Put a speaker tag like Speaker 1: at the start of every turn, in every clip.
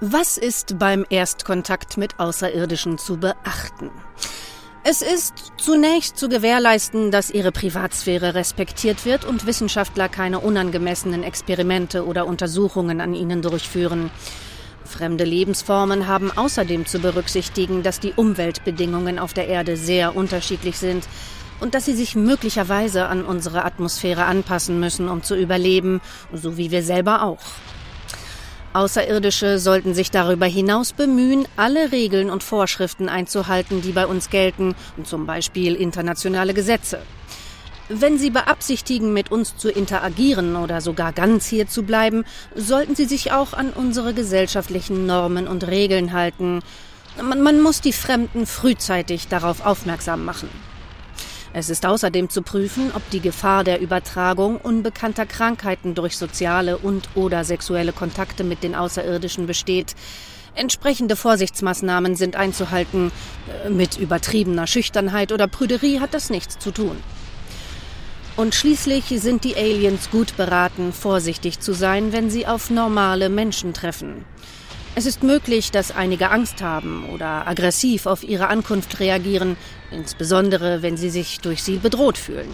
Speaker 1: Was ist beim Erstkontakt mit Außerirdischen zu beachten? Es ist zunächst zu gewährleisten, dass ihre Privatsphäre respektiert wird und Wissenschaftler keine unangemessenen Experimente oder Untersuchungen an ihnen durchführen. Fremde Lebensformen haben außerdem zu berücksichtigen, dass die Umweltbedingungen auf der Erde sehr unterschiedlich sind und dass sie sich möglicherweise an unsere Atmosphäre anpassen müssen, um zu überleben, so wie wir selber auch. Außerirdische sollten sich darüber hinaus bemühen, alle Regeln und Vorschriften einzuhalten, die bei uns gelten, zum Beispiel internationale Gesetze. Wenn Sie beabsichtigen, mit uns zu interagieren oder sogar ganz hier zu bleiben, sollten Sie sich auch an unsere gesellschaftlichen Normen und Regeln halten. Man, man muss die Fremden frühzeitig darauf aufmerksam machen. Es ist außerdem zu prüfen, ob die Gefahr der Übertragung unbekannter Krankheiten durch soziale und/oder sexuelle Kontakte mit den Außerirdischen besteht. Entsprechende Vorsichtsmaßnahmen sind einzuhalten. Äh, Mit übertriebener Schüchternheit oder Prüderie hat das nichts zu tun. Und schließlich sind die Aliens gut beraten, vorsichtig zu sein, wenn sie auf normale Menschen treffen. Es ist möglich, dass einige Angst haben oder aggressiv auf ihre Ankunft reagieren, insbesondere wenn sie sich durch sie bedroht fühlen.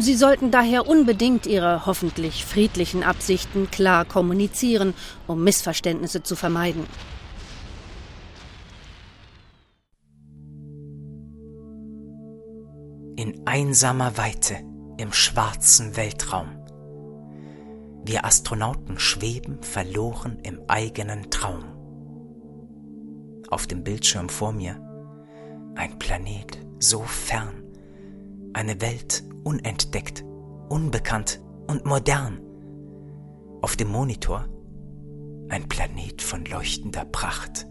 Speaker 1: Sie sollten daher unbedingt ihre hoffentlich friedlichen Absichten klar kommunizieren, um Missverständnisse zu vermeiden.
Speaker 2: In einsamer Weite im schwarzen Weltraum. Wir Astronauten schweben verloren im eigenen Traum. Auf dem Bildschirm vor mir ein Planet so fern, eine Welt unentdeckt, unbekannt und modern. Auf dem Monitor ein Planet von leuchtender Pracht,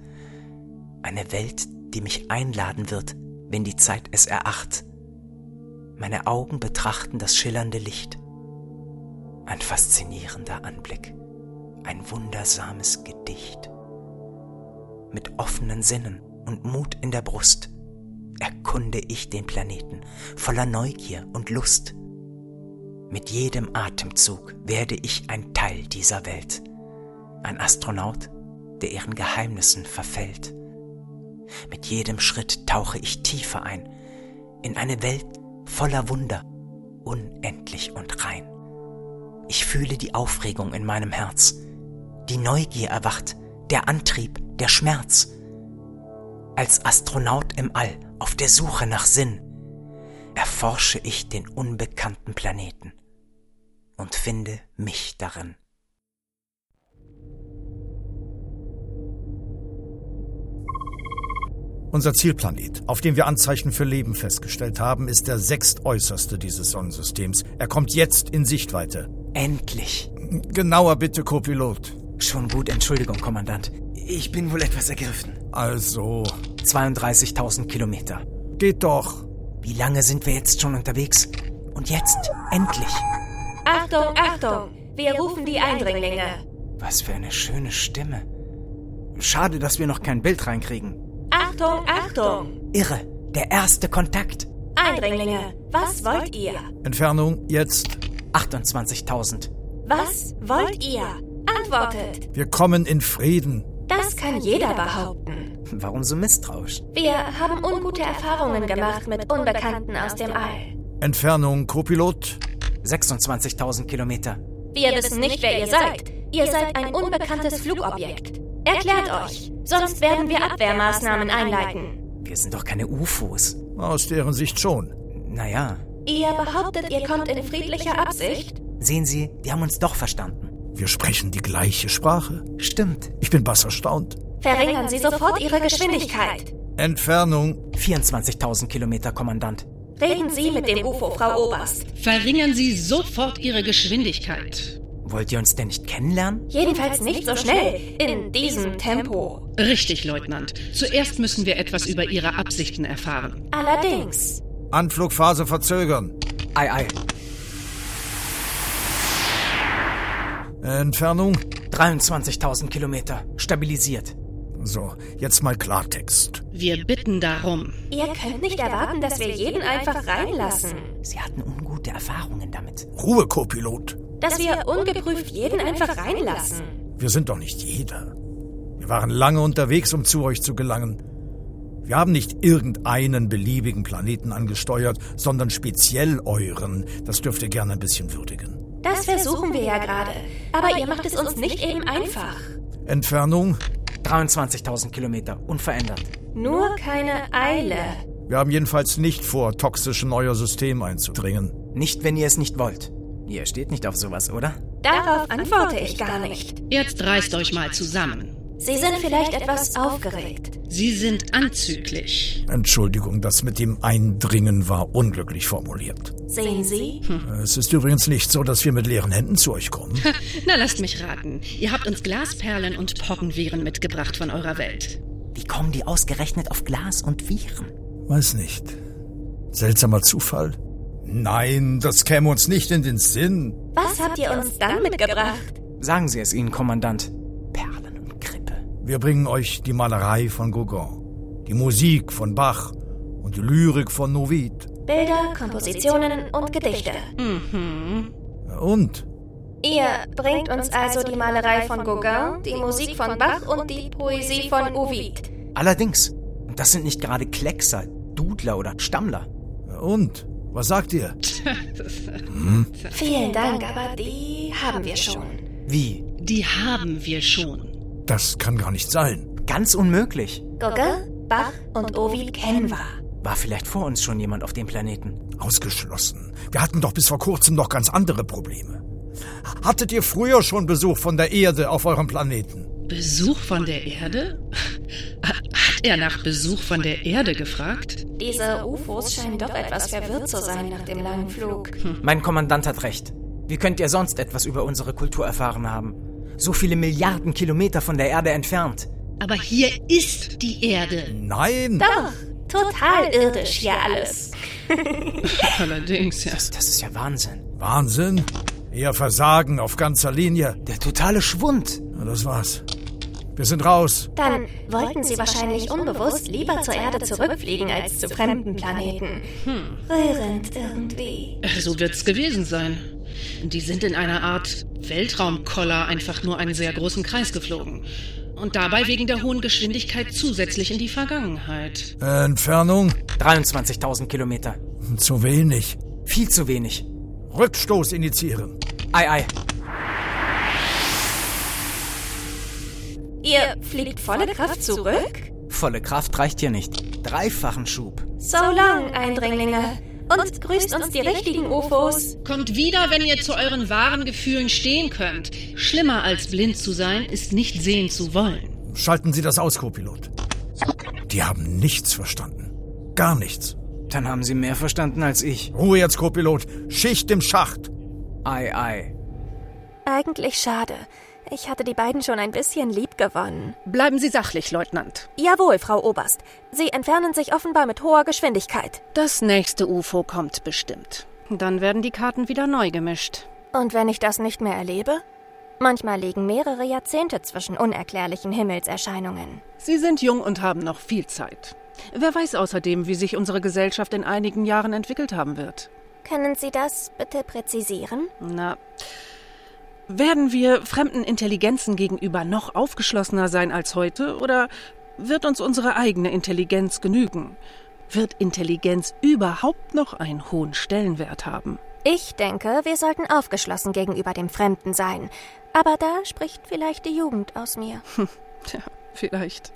Speaker 2: eine Welt, die mich einladen wird, wenn die Zeit es eracht. Meine Augen betrachten das schillernde Licht. Ein faszinierender Anblick, ein wundersames Gedicht. Mit offenen Sinnen und Mut in der Brust erkunde ich den Planeten voller Neugier und Lust. Mit jedem Atemzug werde ich ein Teil dieser Welt, ein Astronaut, der ihren Geheimnissen verfällt. Mit jedem Schritt tauche ich tiefer ein, in eine Welt voller Wunder, unendlich und rein. Ich fühle die Aufregung in meinem Herz. Die Neugier erwacht, der Antrieb, der Schmerz. Als Astronaut im All auf der Suche nach Sinn erforsche ich den unbekannten Planeten und finde mich darin.
Speaker 3: Unser Zielplanet, auf dem wir Anzeichen für Leben festgestellt haben, ist der sechstäußerste dieses Sonnensystems. Er kommt jetzt in Sichtweite.
Speaker 2: Endlich.
Speaker 3: Genauer bitte, Copilot.
Speaker 2: Schon gut, Entschuldigung, Kommandant. Ich bin wohl etwas ergriffen.
Speaker 3: Also,
Speaker 2: 32.000 Kilometer.
Speaker 3: geht doch.
Speaker 2: Wie lange sind wir jetzt schon unterwegs? Und jetzt, endlich.
Speaker 4: Achtung, Achtung! Wir rufen die Eindringlinge.
Speaker 2: Was für eine schöne Stimme. Schade, dass wir noch kein Bild reinkriegen.
Speaker 4: Achtung, Achtung!
Speaker 2: Irre, der erste Kontakt.
Speaker 4: Eindringlinge, was wollt ihr?
Speaker 3: Entfernung jetzt.
Speaker 2: 28.000.
Speaker 4: Was wollt ihr? Antwortet!
Speaker 3: Wir kommen in Frieden.
Speaker 4: Das kann jeder behaupten.
Speaker 2: Warum so misstrauisch?
Speaker 4: Wir haben ungute Erfahrungen gemacht mit Unbekannten aus dem All.
Speaker 3: Entfernung, Copilot.
Speaker 2: 26.000 Kilometer.
Speaker 4: Wir wissen nicht, wer ihr seid. Ihr seid ein unbekanntes Flugobjekt. Erklärt euch, sonst werden wir Abwehrmaßnahmen einleiten.
Speaker 2: Wir sind doch keine UFOs.
Speaker 3: Aus deren Sicht schon.
Speaker 2: Naja,
Speaker 4: Ihr behauptet, ihr kommt in friedlicher Absicht?
Speaker 2: sehen Sie, die haben uns doch verstanden.
Speaker 3: Wir sprechen die gleiche Sprache.
Speaker 2: Stimmt.
Speaker 3: Ich bin bass erstaunt.
Speaker 4: Verringern Sie sofort Ihre Geschwindigkeit.
Speaker 3: Entfernung.
Speaker 2: 24.000 Kilometer, Kommandant.
Speaker 4: Reden Sie mit dem UFO, Frau Oberst.
Speaker 1: Verringern Sie sofort Ihre Geschwindigkeit.
Speaker 2: Wollt ihr uns denn nicht kennenlernen?
Speaker 4: Jedenfalls nicht so schnell, in diesem Tempo.
Speaker 1: Richtig, Leutnant. Zuerst müssen wir etwas über Ihre Absichten erfahren.
Speaker 4: Allerdings.
Speaker 3: Anflugphase verzögern.
Speaker 2: Ei, ei.
Speaker 3: Entfernung.
Speaker 2: 23.000 Kilometer. Stabilisiert.
Speaker 3: So, jetzt mal Klartext.
Speaker 1: Wir bitten darum.
Speaker 4: Ihr könnt nicht erwarten, dass wir jeden einfach reinlassen.
Speaker 2: Sie hatten ungute Erfahrungen damit.
Speaker 3: Ruhe, Copilot.
Speaker 4: Dass wir ungeprüft jeden einfach reinlassen.
Speaker 3: Wir sind doch nicht jeder. Wir waren lange unterwegs, um zu euch zu gelangen. Wir haben nicht irgendeinen beliebigen Planeten angesteuert, sondern speziell euren. Das dürft ihr gerne ein bisschen würdigen.
Speaker 4: Das versuchen wir ja gerade. Aber ihr macht es uns nicht eben einfach.
Speaker 3: Entfernung?
Speaker 2: 23.000 Kilometer, unverändert.
Speaker 4: Nur keine Eile.
Speaker 3: Wir haben jedenfalls nicht vor, toxisch in euer System einzudringen.
Speaker 2: Nicht, wenn ihr es nicht wollt. Ihr steht nicht auf sowas, oder?
Speaker 4: Darauf antworte ich gar nicht.
Speaker 5: Jetzt reißt euch mal zusammen.
Speaker 4: Sie sind vielleicht etwas aufgeregt.
Speaker 5: Sie sind anzüglich.
Speaker 3: Entschuldigung, das mit dem Eindringen war unglücklich formuliert.
Speaker 4: Sehen Sie?
Speaker 3: Es ist übrigens nicht so, dass wir mit leeren Händen zu euch kommen.
Speaker 5: Na, lasst mich raten. Ihr habt uns Glasperlen und Pockenviren mitgebracht von eurer Welt.
Speaker 2: Wie kommen die ausgerechnet auf Glas und Viren?
Speaker 3: Weiß nicht. Seltsamer Zufall? Nein, das käme uns nicht in den Sinn.
Speaker 4: Was habt ihr uns dann mitgebracht?
Speaker 2: Sagen Sie es ihnen, Kommandant. Perlen und Krippe.
Speaker 3: Wir bringen euch die Malerei von Gauguin, die Musik von Bach und die Lyrik von Novid.
Speaker 4: Bilder, Kompositionen und Gedichte.
Speaker 3: Und?
Speaker 4: Ihr bringt uns also die Malerei von Gauguin, die Musik von Bach und die Poesie von Ovid.
Speaker 2: Allerdings, und das sind nicht gerade Kleckser, Dudler oder Stammler.
Speaker 3: Und? Was sagt ihr?
Speaker 4: Vielen Dank, aber die haben wir schon.
Speaker 2: Wie?
Speaker 5: Die haben wir schon.
Speaker 3: Das kann gar nicht sein.
Speaker 2: Ganz unmöglich.
Speaker 4: Gauguin, Bach und Ovid kennen wir.
Speaker 2: War vielleicht vor uns schon jemand auf dem Planeten.
Speaker 3: Ausgeschlossen. Wir hatten doch bis vor kurzem noch ganz andere Probleme. Hattet ihr früher schon Besuch von der Erde auf eurem Planeten?
Speaker 5: Besuch von der Erde? Hat er nach Besuch von der Erde gefragt?
Speaker 4: Diese UFOs scheinen doch etwas verwirrt zu sein nach dem langen Flug.
Speaker 2: Mein Kommandant hat recht. Wie könnt ihr sonst etwas über unsere Kultur erfahren haben? So viele Milliarden Kilometer von der Erde entfernt.
Speaker 5: Aber hier ist die Erde.
Speaker 3: Nein!
Speaker 4: Doch, total irdisch hier alles.
Speaker 5: Allerdings, ja.
Speaker 2: Das, das ist ja Wahnsinn.
Speaker 3: Wahnsinn? Ihr Versagen auf ganzer Linie.
Speaker 2: Der totale Schwund.
Speaker 3: Na, das war's. Wir sind raus.
Speaker 4: Dann wollten sie wahrscheinlich unbewusst lieber zur Erde zurückfliegen als zu fremden Planeten. Rührend irgendwie.
Speaker 5: Äh, So wird's gewesen sein. Die sind in einer Art Weltraumkoller einfach nur einen sehr großen Kreis geflogen. Und dabei wegen der hohen Geschwindigkeit zusätzlich in die Vergangenheit.
Speaker 3: Äh, Entfernung?
Speaker 2: 23.000 Kilometer.
Speaker 3: Zu wenig.
Speaker 2: Viel zu wenig.
Speaker 3: Rückstoß initiieren.
Speaker 2: Ei, ei.
Speaker 4: Ihr fliegt volle Kraft zurück?
Speaker 2: Volle Kraft reicht hier nicht. Dreifachen Schub.
Speaker 4: So lang, Eindringlinge. Und grüßt uns die richtigen UFOs.
Speaker 5: Kommt wieder, wenn ihr zu euren wahren Gefühlen stehen könnt. Schlimmer als blind zu sein, ist nicht sehen zu wollen.
Speaker 3: Schalten Sie das aus, Copilot. Die haben nichts verstanden. Gar nichts.
Speaker 2: Dann haben sie mehr verstanden als ich.
Speaker 3: Ruhe jetzt, Copilot. Schicht im Schacht.
Speaker 2: Ei, ei.
Speaker 4: Eigentlich schade. Ich hatte die beiden schon ein bisschen lieb gewonnen.
Speaker 1: Bleiben Sie sachlich, Leutnant.
Speaker 4: Jawohl, Frau Oberst. Sie entfernen sich offenbar mit hoher Geschwindigkeit.
Speaker 1: Das nächste UFO kommt bestimmt. Dann werden die Karten wieder neu gemischt.
Speaker 4: Und wenn ich das nicht mehr erlebe? Manchmal liegen mehrere Jahrzehnte zwischen unerklärlichen Himmelserscheinungen.
Speaker 1: Sie sind jung und haben noch viel Zeit. Wer weiß außerdem, wie sich unsere Gesellschaft in einigen Jahren entwickelt haben wird.
Speaker 4: Können Sie das bitte präzisieren?
Speaker 1: Na, werden wir fremden Intelligenzen gegenüber noch aufgeschlossener sein als heute oder wird uns unsere eigene Intelligenz genügen? Wird Intelligenz überhaupt noch einen hohen Stellenwert haben?
Speaker 4: Ich denke, wir sollten aufgeschlossen gegenüber dem Fremden sein. Aber da spricht vielleicht die Jugend aus mir.
Speaker 1: Tja, vielleicht.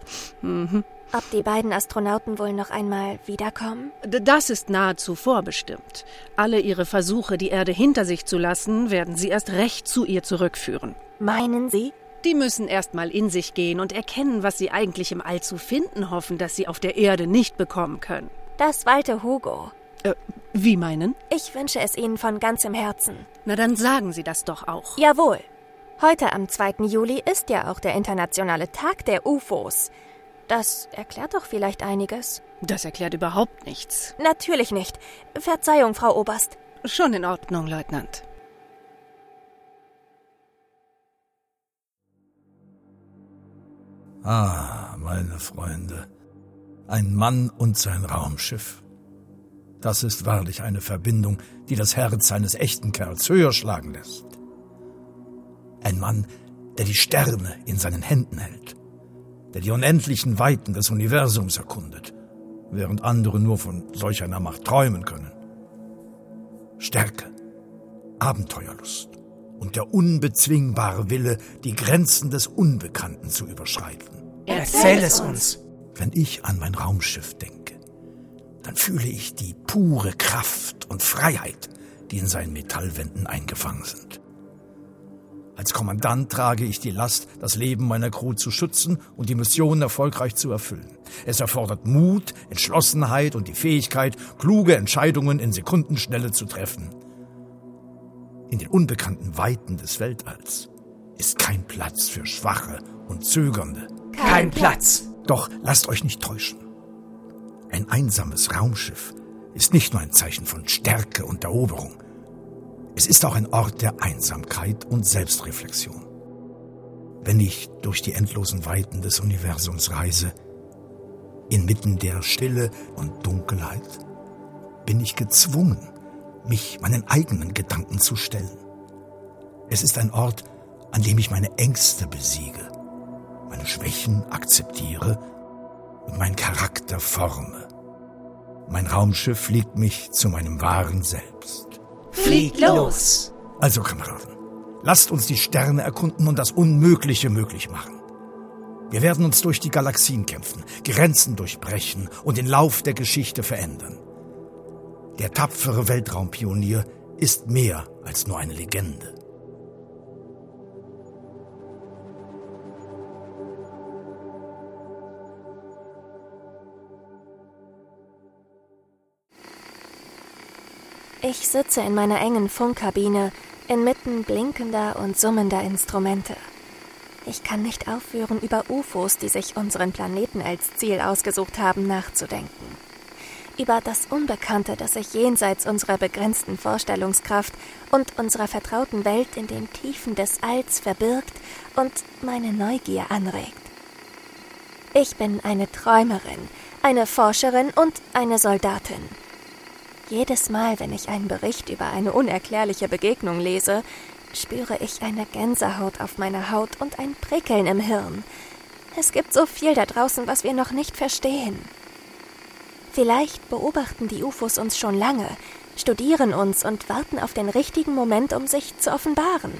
Speaker 4: Ob die beiden Astronauten wohl noch einmal wiederkommen?
Speaker 1: D- Das ist nahezu vorbestimmt. Alle ihre Versuche, die Erde hinter sich zu lassen, werden sie erst recht zu ihr zurückführen.
Speaker 4: Meinen Sie?
Speaker 1: Die müssen erst mal in sich gehen und erkennen, was sie eigentlich im All zu finden hoffen, das sie auf der Erde nicht bekommen können.
Speaker 4: Das Walter Hugo.
Speaker 1: Äh, wie meinen?
Speaker 4: Ich wünsche es Ihnen von ganzem Herzen.
Speaker 1: Na dann sagen sie das doch auch.
Speaker 4: Jawohl. Heute am 2. Juli ist ja auch der internationale Tag der UFOs. Das erklärt doch vielleicht einiges.
Speaker 1: Das erklärt überhaupt nichts.
Speaker 4: Natürlich nicht. Verzeihung, Frau Oberst.
Speaker 1: Schon in Ordnung, Leutnant.
Speaker 3: Ah, meine Freunde. Ein Mann und sein Raumschiff. Das ist wahrlich eine Verbindung, die das Herz eines echten Kerls höher schlagen lässt. Ein Mann, der die Sterne in seinen Händen hält, der die unendlichen Weiten des Universums erkundet, während andere nur von solch einer Macht träumen können. Stärke, Abenteuerlust und der unbezwingbare Wille, die Grenzen des Unbekannten zu überschreiten.
Speaker 2: Erzähl es uns.
Speaker 3: Wenn ich an mein Raumschiff denke, dann fühle ich die pure Kraft und Freiheit, die in seinen Metallwänden eingefangen sind. Als Kommandant trage ich die Last, das Leben meiner Crew zu schützen und die Mission erfolgreich zu erfüllen. Es erfordert Mut, Entschlossenheit und die Fähigkeit, kluge Entscheidungen in Sekundenschnelle zu treffen. In den unbekannten Weiten des Weltalls ist kein Platz für Schwache und Zögernde.
Speaker 2: Kein Platz.
Speaker 3: Doch lasst euch nicht täuschen. Ein einsames Raumschiff ist nicht nur ein Zeichen von Stärke und Eroberung. Es ist auch ein Ort der Einsamkeit und Selbstreflexion. Wenn ich durch die endlosen Weiten des Universums reise, inmitten der Stille und Dunkelheit, bin ich gezwungen, mich meinen eigenen Gedanken zu stellen. Es ist ein Ort, an dem ich meine Ängste besiege, meine Schwächen akzeptiere und meinen Charakter forme. Mein Raumschiff fliegt mich zu meinem wahren Selbst.
Speaker 2: Flieg los.
Speaker 3: Also, Kameraden, lasst uns die Sterne erkunden und das Unmögliche möglich machen. Wir werden uns durch die Galaxien kämpfen, Grenzen durchbrechen und den Lauf der Geschichte verändern. Der tapfere Weltraumpionier ist mehr als nur eine Legende.
Speaker 4: Ich sitze in meiner engen Funkkabine, inmitten blinkender und summender Instrumente. Ich kann nicht aufhören, über UFOs, die sich unseren Planeten als Ziel ausgesucht haben, nachzudenken. Über das Unbekannte, das sich jenseits unserer begrenzten Vorstellungskraft und unserer vertrauten Welt in den Tiefen des Alls verbirgt und meine Neugier anregt. Ich bin eine Träumerin, eine Forscherin und eine Soldatin. Jedes Mal, wenn ich einen Bericht über eine unerklärliche Begegnung lese, spüre ich eine Gänsehaut auf meiner Haut und ein Prickeln im Hirn. Es gibt so viel da draußen, was wir noch nicht verstehen. Vielleicht beobachten die UFOs uns schon lange, studieren uns und warten auf den richtigen Moment, um sich zu offenbaren.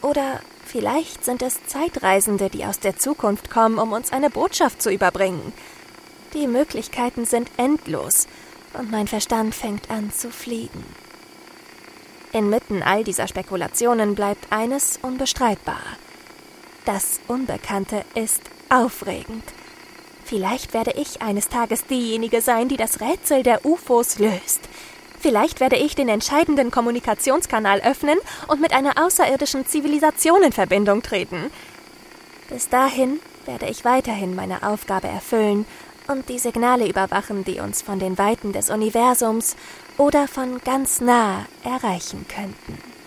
Speaker 4: Oder vielleicht sind es Zeitreisende, die aus der Zukunft kommen, um uns eine Botschaft zu überbringen. Die Möglichkeiten sind endlos und mein Verstand fängt an zu fliegen. Inmitten all dieser Spekulationen bleibt eines unbestreitbar. Das Unbekannte ist aufregend. Vielleicht werde ich eines Tages diejenige sein, die das Rätsel der UFOs löst. Vielleicht werde ich den entscheidenden Kommunikationskanal öffnen und mit einer außerirdischen Zivilisation in Verbindung treten. Bis dahin werde ich weiterhin meine Aufgabe erfüllen und die Signale überwachen, die uns von den Weiten des Universums oder von ganz nah erreichen könnten.